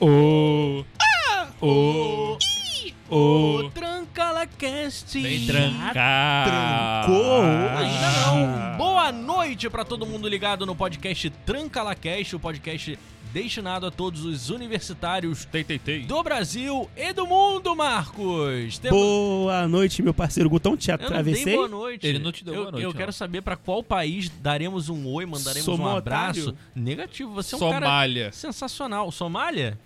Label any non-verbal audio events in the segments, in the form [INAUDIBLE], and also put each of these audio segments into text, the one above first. O. O. O. Trancalacast. Vem trancar. Trancou Ainda não. Boa noite pra todo mundo ligado no podcast Trancalacast, o podcast destinado a todos os universitários Tem, tem, tem. do Brasil e do mundo, Marcos. Temos- Boa noite, meu parceiro Gutão. Te Eu não dei atravessei. boa noite. Ele não te deu eu, boa noite, Eu não. quero saber pra qual país daremos um oi, mandaremos Somou um abraço. otário? Negativo, você é um cara Somália. sensacional. Somália?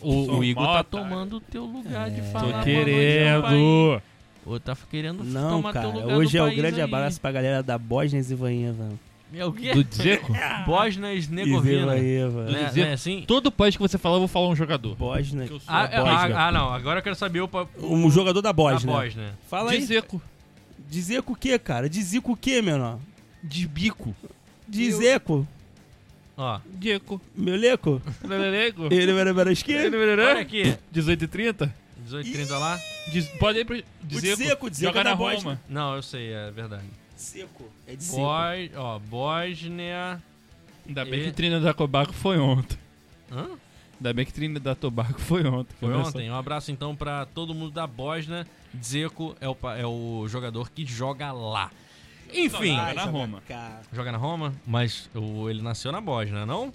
O, Somou, o Igor tá otário. tomando o teu lugar de Tô falar. boa noite ao país. querendo. Ô, tá querendo Não, tomar cara. teu lugar Hoje no é o país grande aí. abraço pra galera da Bosnia e Zivaneva. É o quê? [LAUGHS] Do Dzeko? Bósnia e E Herzegovina. Zivaneva. Né, Dizer- né, assim? Todo país que você falar, eu vou falar um jogador. Bosnia. Que eu sou Ah, a ah, Bósnia. ah, não. Agora eu quero saber o pa... Um jogador da da Bosnia. Bósnia. Fala aí. Dzeko. Dizeco o quê, cara? Dizico o quê, menor? De bico. Dizeco? Ó, Dzeko. Meleco? Lelego. Ele era berasqueiro? é. olha aqui. 18 e 30. 18 30 lá. Diz- Pode ir pro Dzeko. Dzeko, Dzeko Joga é da na Bósnia. Roma. Não, eu sei, é verdade. Seco. É de seco. Bós... Ó, Bósnia... Ainda bem E- que Trinidad e Tobago foi ontem. Hã? Ainda bem que Trinidad e Tobago foi ontem. Foi Começou. ontem. Um abraço então pra todo mundo da Bósnia. Dzeko é o, pa- é o jogador que joga lá. Enfim, Não, na Roma. Cara. joga na Roma, mas o- ele nasceu na Bósnia, não?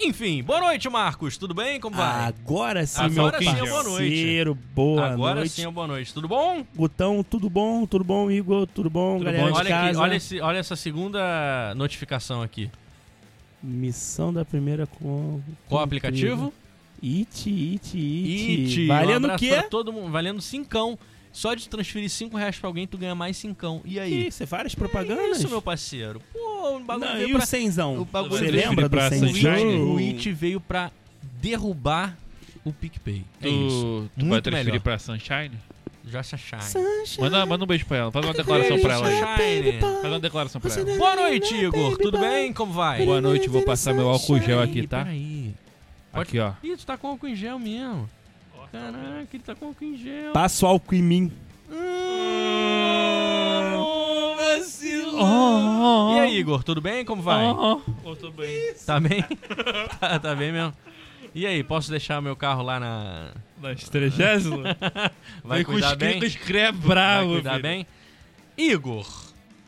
Enfim, boa noite, Marcos. Tudo bem? Como vai? Agora sim, Agora meu sim, é parceiro. boa noite. Ah, Boa Agora noite. sim é boa noite. Tudo bom? Gutão, tudo bom? Tudo bom, Igor? Tudo bom, Tudo galera bom. de Olha, aqui, casa? olha, esse- olha essa segunda notificação aqui. Missão da primeira com... Qual o aplicativo? It, it, it. Iti. Valendo um o abraço quê? pra todo mundo. Valendo cincão. Só de transferir cinco reais pra alguém, tu ganha mais cincão. E aí? Isso, é várias É propagandas? isso, meu parceiro. Pô, o bagulho Não, veio e o pra senzão? o bagulho Você veio lembra do pra senzão? Senzão? O It veio pra derrubar o PicPay. Tu, É isso. tu vai Muito transferir melhor. pra Sunshine? Jossa Shine. Sunshine. Manda, manda um beijo pra ela. Faz uma declaração pra ela aí. Faz uma declaração pra ela. Boa noite, Igor. Tudo tá. bem? Como vai? Boa noite, vou passar meu álcool gel aqui, Ih, tá? Peraí. Pode- Aqui, ó. Ih, tu tá com álcool em gel mesmo. Caraca, ele tá com álcool em gel. Passo álcool em mim. Hum. E aí, Igor, tudo bem? Como vai? tô bem. Tá bem? tá, tá bem mesmo? E aí, posso deixar meu carro lá na... Nas trigésimas? Vai cuidar bem? Escreve Vai bravo, cuidar filho. bem? Igor,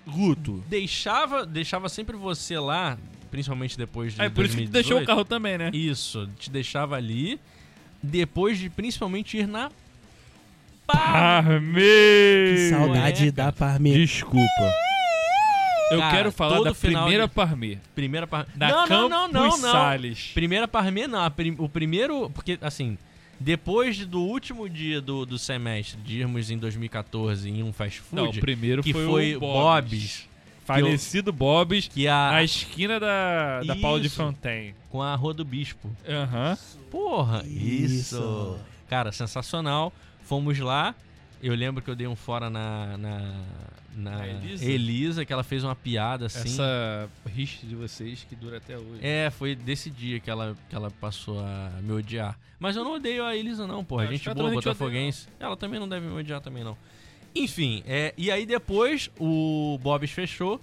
Guto. deixava, deixava sempre você lá, principalmente depois de É por isso que 2018. tu deixou o carro também, né? Isso, te deixava ali, depois de principalmente ir na... Que Parmê! saudade é, da Parmeira. Desculpa. Eu Cara, quero falar todo da final primeira de- Parmê. Primeira par... Da não, não, Campos não, não, não. Salles. Primeira parmê, não. A prim- O primeiro. Porque, assim, depois do último dia do, do semestre, de irmos em 2014 em um fast Não, o food, primeiro que foi, foi o Bob's, Falecido Bob's, que é a. na esquina da, da Paulo de Isso. Fontaine. Com a Rua do Bispo. Aham. Porra! Isso! Isso. Cara, sensacional. Fomos lá. Eu lembro que eu dei um fora na. na, na Na Elisa? Elisa, que ela fez uma piada assim. Essa rixa de vocês que dura até hoje. É, foi desse dia que ela, que ela passou a me odiar. Mas eu não odeio a Elisa, não, porra. Acho que gente ela boa, também te botafoguense. Ela também não deve me odiar também, não. Enfim, é, e aí depois o Bob's fechou.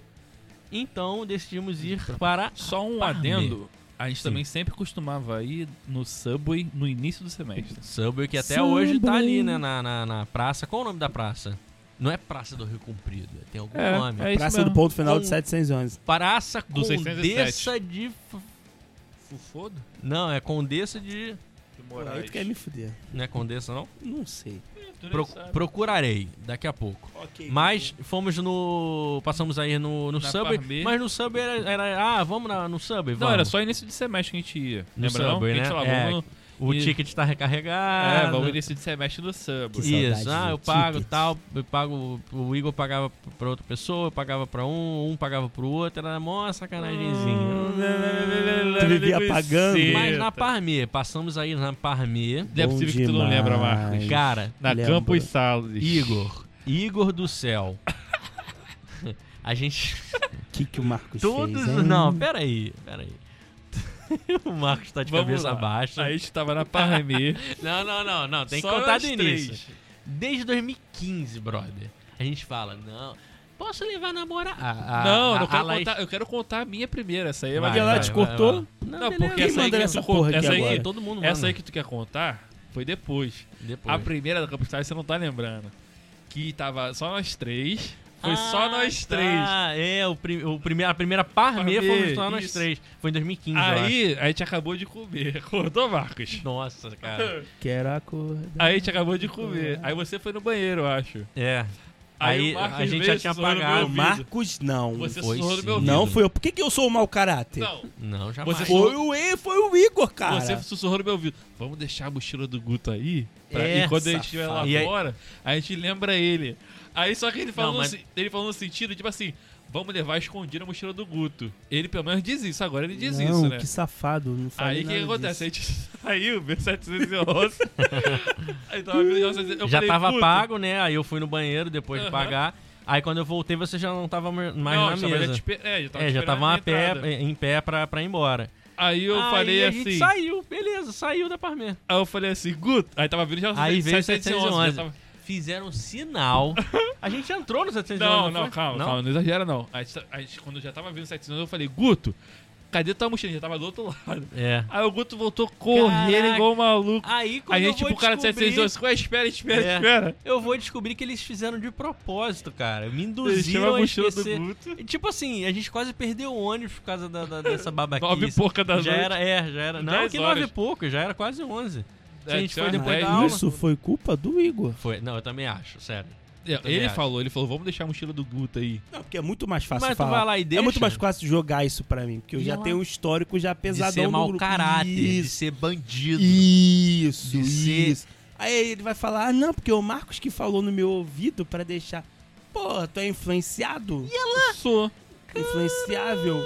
Então decidimos ir para. Só um Parmê. adendo. A gente Sim. também sempre costumava ir no Subway no início do semestre. Subway, que até Subway. hoje tá ali, né, na, na, na praça. Qual o nome da praça? Não é Praça do Rio Comprido, tem algum nome. é isso Praça mesmo. do Ponto Final Com- de 711. Praça Do Condessa 607. de. F- Fufodo? Não, é Condessa de. De Aí tu Moraes. quer me fuder. Não é Condessa, não? Não sei. Pro- procurarei daqui a pouco. Mas fomos no. Passamos aí no, no Na Subway. Parmê. Mas no Subway era. era- ah, vamos na- no Subway? Vamos. Não, era só início de semestre que a gente ia. No Lembra não? Subway, Que a gente né? falava, É. né? vamos, O E- ticket tá é, recarregado. vamos início de semestre no Subway. Que Isso, saudade ah, do eu pago ticket. tal. Eu pago. O Igor pagava pra outra pessoa, eu pagava pra um, um pagava pro outro. Era mó Hum. sacanagemzinha. Tu vivia pagando. Mas na Parmê, passamos aí na Parmê. Não é possível que tu não Bom lembra, demais. Marcos. Cara, Na Lembro. Campos Salles. Igor. Igor do [LAUGHS] céu. A gente. O que, que o Marcos Todos. fez? hein? Não, peraí, peraí. [LAUGHS] o Marcos tá de Vamos cabeça lá. baixa. A gente tava na Parmê. Não, não, não, não. Tem que Só contar nós do três. início. Desde 2015, brother. A gente fala, não. Posso levar namorar? Ah, ah, Não, eu não ah, quero ah, lá- contar. Eu quero contar a minha primeira. Essa aí é Vai, mais Porque ela legal. te vai, cortou? vai. Não, Não, beleza. porque essa aí manda que nessa tu porra cor- aqui essa aí, agora? todo Todo mundo mundo essa manda. aí que tu quer contar foi depois. Depois. A primeira da Campus Party você não tá lembrando. Que tava só nós três. Foi Ah, só nós tá. três. É, o prime- o prime- a primeira parmê Parmê, foi só nós isso. três. Foi em 2015, eu acho. Aí a gente acabou de comer. [LAUGHS] Acordou, [LAUGHS] Marcos? Nossa, [LAUGHS] cara. Quero acordar. Aí a gente acabou de comer. Aí você foi no banheiro, eu acho. É. Aí Aí o a Marcos gente veio já tinha sussurrando no meu apagado. O Marcos, não. Você foi sussurrou no meu sim. ouvido. Não fui eu. Por que, que eu sou o mau caráter? Não. tá Não, jamais. Você Foi o, E- foi o Igor, cara. Você sussurrou no meu ouvido. Vamos deixar a mochila do Guto aí. pra- É, e quando a gente estiver lá safado. E aí- fora, a gente lembra ele. Aí só que ele falou, Não, mas- no, se- ele falou no sentido, tipo assim, vamos levar escondida a mochila do Guto. Ele pelo menos diz isso, agora ele diz não, isso, né? que safado. Não falei Aí o que, nada que acontece? A disso. gente [LAUGHS] [LAUGHS] saiu, B711. aí tava vindo nossa, eu já falei, tava "Guto, pago, né? Aí eu fui no banheiro depois de Aham. pagar. Aí quando eu voltei, você já não tava mais não, na já tava já te mesa. esper- é, já tava, É, te já esperando tava na a pé, entrada. em pé pra, pra ir embora. Aí eu Aí falei a assim. gente saiu, beleza, saiu da Parmê. Aí eu falei assim, Guto. Aí tava vindo já Aí veio o 711, já 711. tava- Fizeram sinal. [LAUGHS] A gente entrou no 711. Não, não, foi? calma, calma, não exagera não. A gente, tá, a gente- quando já tava vindo 711, eu falei, Guto, cadê tua mochila? Já tava do outro [LAUGHS] lado. É. Aí o Guto voltou correndo Caraca. igual um maluco. Aí quando Aí a gente, eu tipo, vou o cara de descobrir, 711, "Ué, espera, espera, É. espera. eu vou descobrir que eles fizeram de propósito, cara. Me Deixou induziram a a mochila do esquecer. Guto. E, Tipo assim, a gente quase perdeu o ônibus por causa da, [LAUGHS] da- dessa babaquice. Nove e pouca da É já noite. era, é, já era. Não, Dez que nove e horas. pouco, já era quase onze. É, a gente foi tinha depois dez da aula. Isso foi culpa do Igor. Foi, não, eu também acho, sério. É, Também Ele acho. falou, ele falou, vamos deixar a mochila do Guto aí. Não, porque é muito mais fácil Mas tu falar. vai lá e deixa. É muito mais fácil jogar isso pra mim, porque eu E já lá- tenho um histórico já pesadão de ser no mau grupo. caráter, de Isso, ser bandido. isso, de ser- isso. Aí ele vai falar, ah, não, porque o Marcos que falou no meu ouvido pra deixar... Pô, tu é influenciado? Ah. Sou. Influenciável?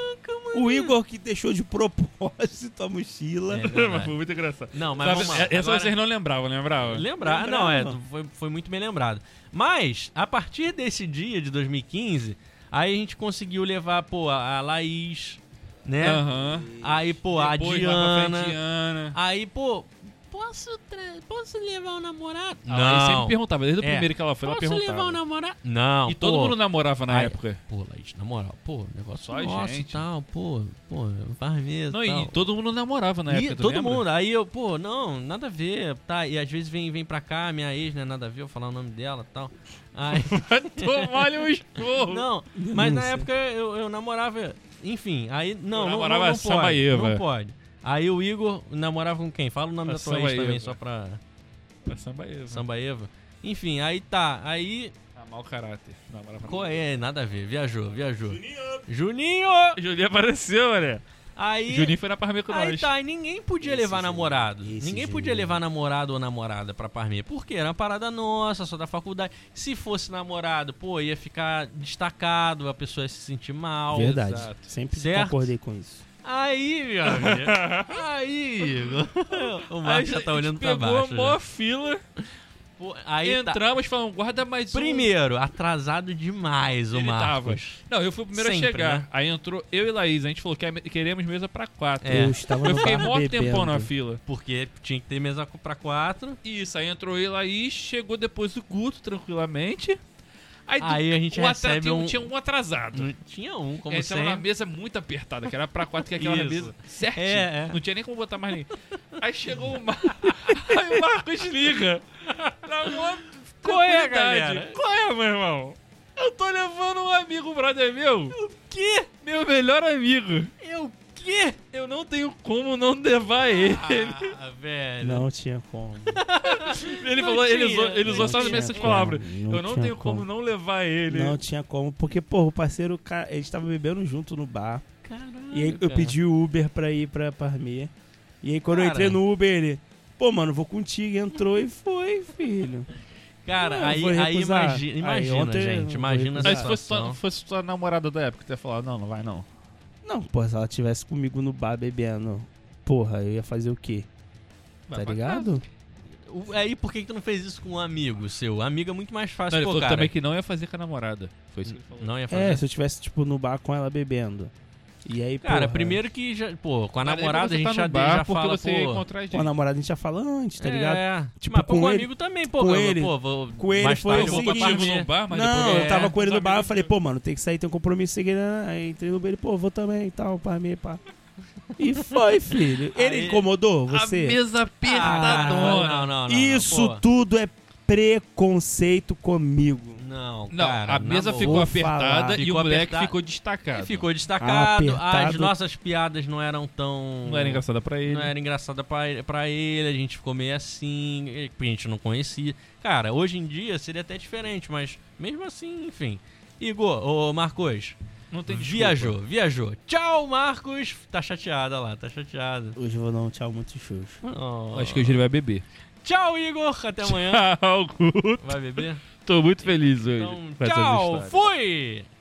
O Igor que deixou de propósito a [LAUGHS] mochila. [LAUGHS] É Mas verdade. foi muito engraçado. Não, mas Sabe, vamos lá. é- Essa Agora- vocês não lembravam, lembravam? Lembrar, Lembrava. não, é, foi, foi muito bem lembrado. Mas, a partir desse dia de 2015, aí a gente conseguiu levar, pô, a a Laís, né? Aham. Aí, pô, a Ah. Depois, lá pra Diana. frente, Diana. Aí, pô, posso, tra- posso levar o namorado? Ah, ela sempre perguntava, desde o É. primeiro que ela foi, ela posso levar perguntava. o namorado? Não, E todo pô. mundo namorava na Ai, época. Pô, Laís, na moral, pô, negócio Só a nosso gente. e tal, pô, pô, faz mesmo Não, tal. e todo mundo namorava na Ih, época, tu todo lembra? [LAUGHS] mundo. Aí eu, pô, não, nada a ver, tá? E às vezes vem, vem pra cá, minha ex, né? Nada a ver, eu falar o nome dela e tal. [LAUGHS] Aí, Tomar-lhe um esporro. não, mas na Denúncia. época eu, eu namorava. Enfim, aí. Não, Eu não, namorava não, a não pode. Sambaeva. Não pode. Aí o Igor namorava com quem? Fala o nome A da tua ex Sambaeva. também, só pra Pra sambaíba. Sambaeva. Enfim, aí tá. Aí. Ah, mau caráter. Namorava Qual é? Nada a ver, viajou, viajou. Juninho! Juninho apareceu, olha. Aí. Juninho foi na parmeia com Aí nós. tá, e ninguém podia Esse levar jogo, namorado. esse Ninguém jogo. podia levar namorado ou namorada pra Parmê. Por quê? Era uma parada nossa, só da faculdade. Se fosse namorado, pô, ia ficar destacado, a pessoa ia se sentir mal. Verdade. exato. Sempre Certo? concordei com isso. Aí, meu amigo. aí, Igor. [LAUGHS] O Aí Marcos já tá a gente olhando pra pegou baixo. a já. maior fila, Pô, aí tá. entramos, falamos, guarda mais um. Primeiro, atrasado demais o Ele tava. Marcos. Não, eu fui o primeiro Sempre, a chegar. né? Aí entrou eu e Laís, a gente falou que queremos mesa pra quatro. É. Eu estava Eu no fiquei bar mó bebendo. tempão na fila. Porque tinha que ter mesa pra quatro. Isso, aí entrou eu e Laís, chegou depois o Guto, tranquilamente. Aí, do- Aí a gente o atra- recebe tinha um... Tinha um atrasado. Tinha um, como Essa era uma sempre. mesa muito apertada, que era pra quatro, que é aquela [LAUGHS] Isso. mesa certinho. É, é. Não tinha nem como botar mais ninguém. Aí chegou o Marcos. [LAUGHS] Aí o Marcos liga. Na mó Qual é, tranquilidade. galera? Qual é, meu irmão? Eu tô levando um amigo, um brother meu. Que? Meu melhor amigo. Eu É quê? Eu não tenho como não levar ele. Ah, velho. Não tinha como. [LAUGHS] ele não falou, ele tinha, usou, ele não usou só as tinha mesmas como, palavras. não eu não tinha tenho como. como. não levar ele. Não tinha como, porque, porra, o parceiro, cara, a gente tava bebendo junto no bar. Caralho, E aí eu É. cara. pedi o Uber pra ir pra Parmê. E aí quando eu Cara. entrei no Uber, ele, pô, mano, vou contigo. Entrou e foi, filho. Cara, Não, eu aí, vou aí recusar. imagina, Aí imagina ontem eu gente. vou Imagina recusar. a Aí se fosse situação. tua, fosse tua namorada da época, tu ia falar, não, não vai não. Não, pô, se ela tivesse comigo no bar bebendo, porra, eu ia fazer o quê? Vai tá pra ligado? O- Aí por que que tu não fez isso com um amigo seu? Amigo é muito mais Não, fácil, ele pô, falou cara. É também que não ia fazer com a namorada. Foi isso que ele falou. Não ia fazer. É, se eu tivesse, tipo, no bar com ela bebendo. E aí, Cara, porra, primeiro que, já, pô, com a Mas lembra namorada você a gente tá já, no bar já porque fala, você ia pô... tá, Com encontrar a a gente. namorada a gente já fala antes, tá ligado? É, Tipo, mas pô, com com o ele- amigo também, pô. com eu- ele- Pô, vou, com ele mais foi tarde Eu eu o vou vou pra contigo seguinte- no barzinho. bar, mas não, depois... é, eu tava com ele os no bar, eu amigos- falei, pô, mano, tem que sair, tem um compromisso seguindo. Aí entrei no banheiro, pô, vou também e tal, pá, me pá. [LAUGHS] E foi, filho. Ele Aí- incomodou A você? mesa Ah, não, apertadona. não, não, não. Isso pô. tudo é preconceito comigo. Não, Não, cara, a mesa na ficou boa. vou apertada falar. e Ficou o moleque apertado. ficou destacado. Ficou destacado, as Ah, Apertado. nossas piadas não eram tão... Não era engraçada pra ele. hum, Não é, era engraçada pra ele, pra ele, a gente ficou meio assim, e- a gente não conhecia. Cara, hoje em dia seria até diferente, mas mesmo assim, enfim. Igor, ô Marcos, Não tem desculpa. viajou, viajou. Tchau, Marcos! Tá chateada lá, tá chateada. Hoje eu vou dar um tchau muito xoxo. Oh. Acho que hoje ele vai beber. [LAUGHS] Tchau, Igor! Até amanhã. Tchau, Guto. Vai beber? Tô muito feliz hoje. Então, com essas tchau! histórias. Fui!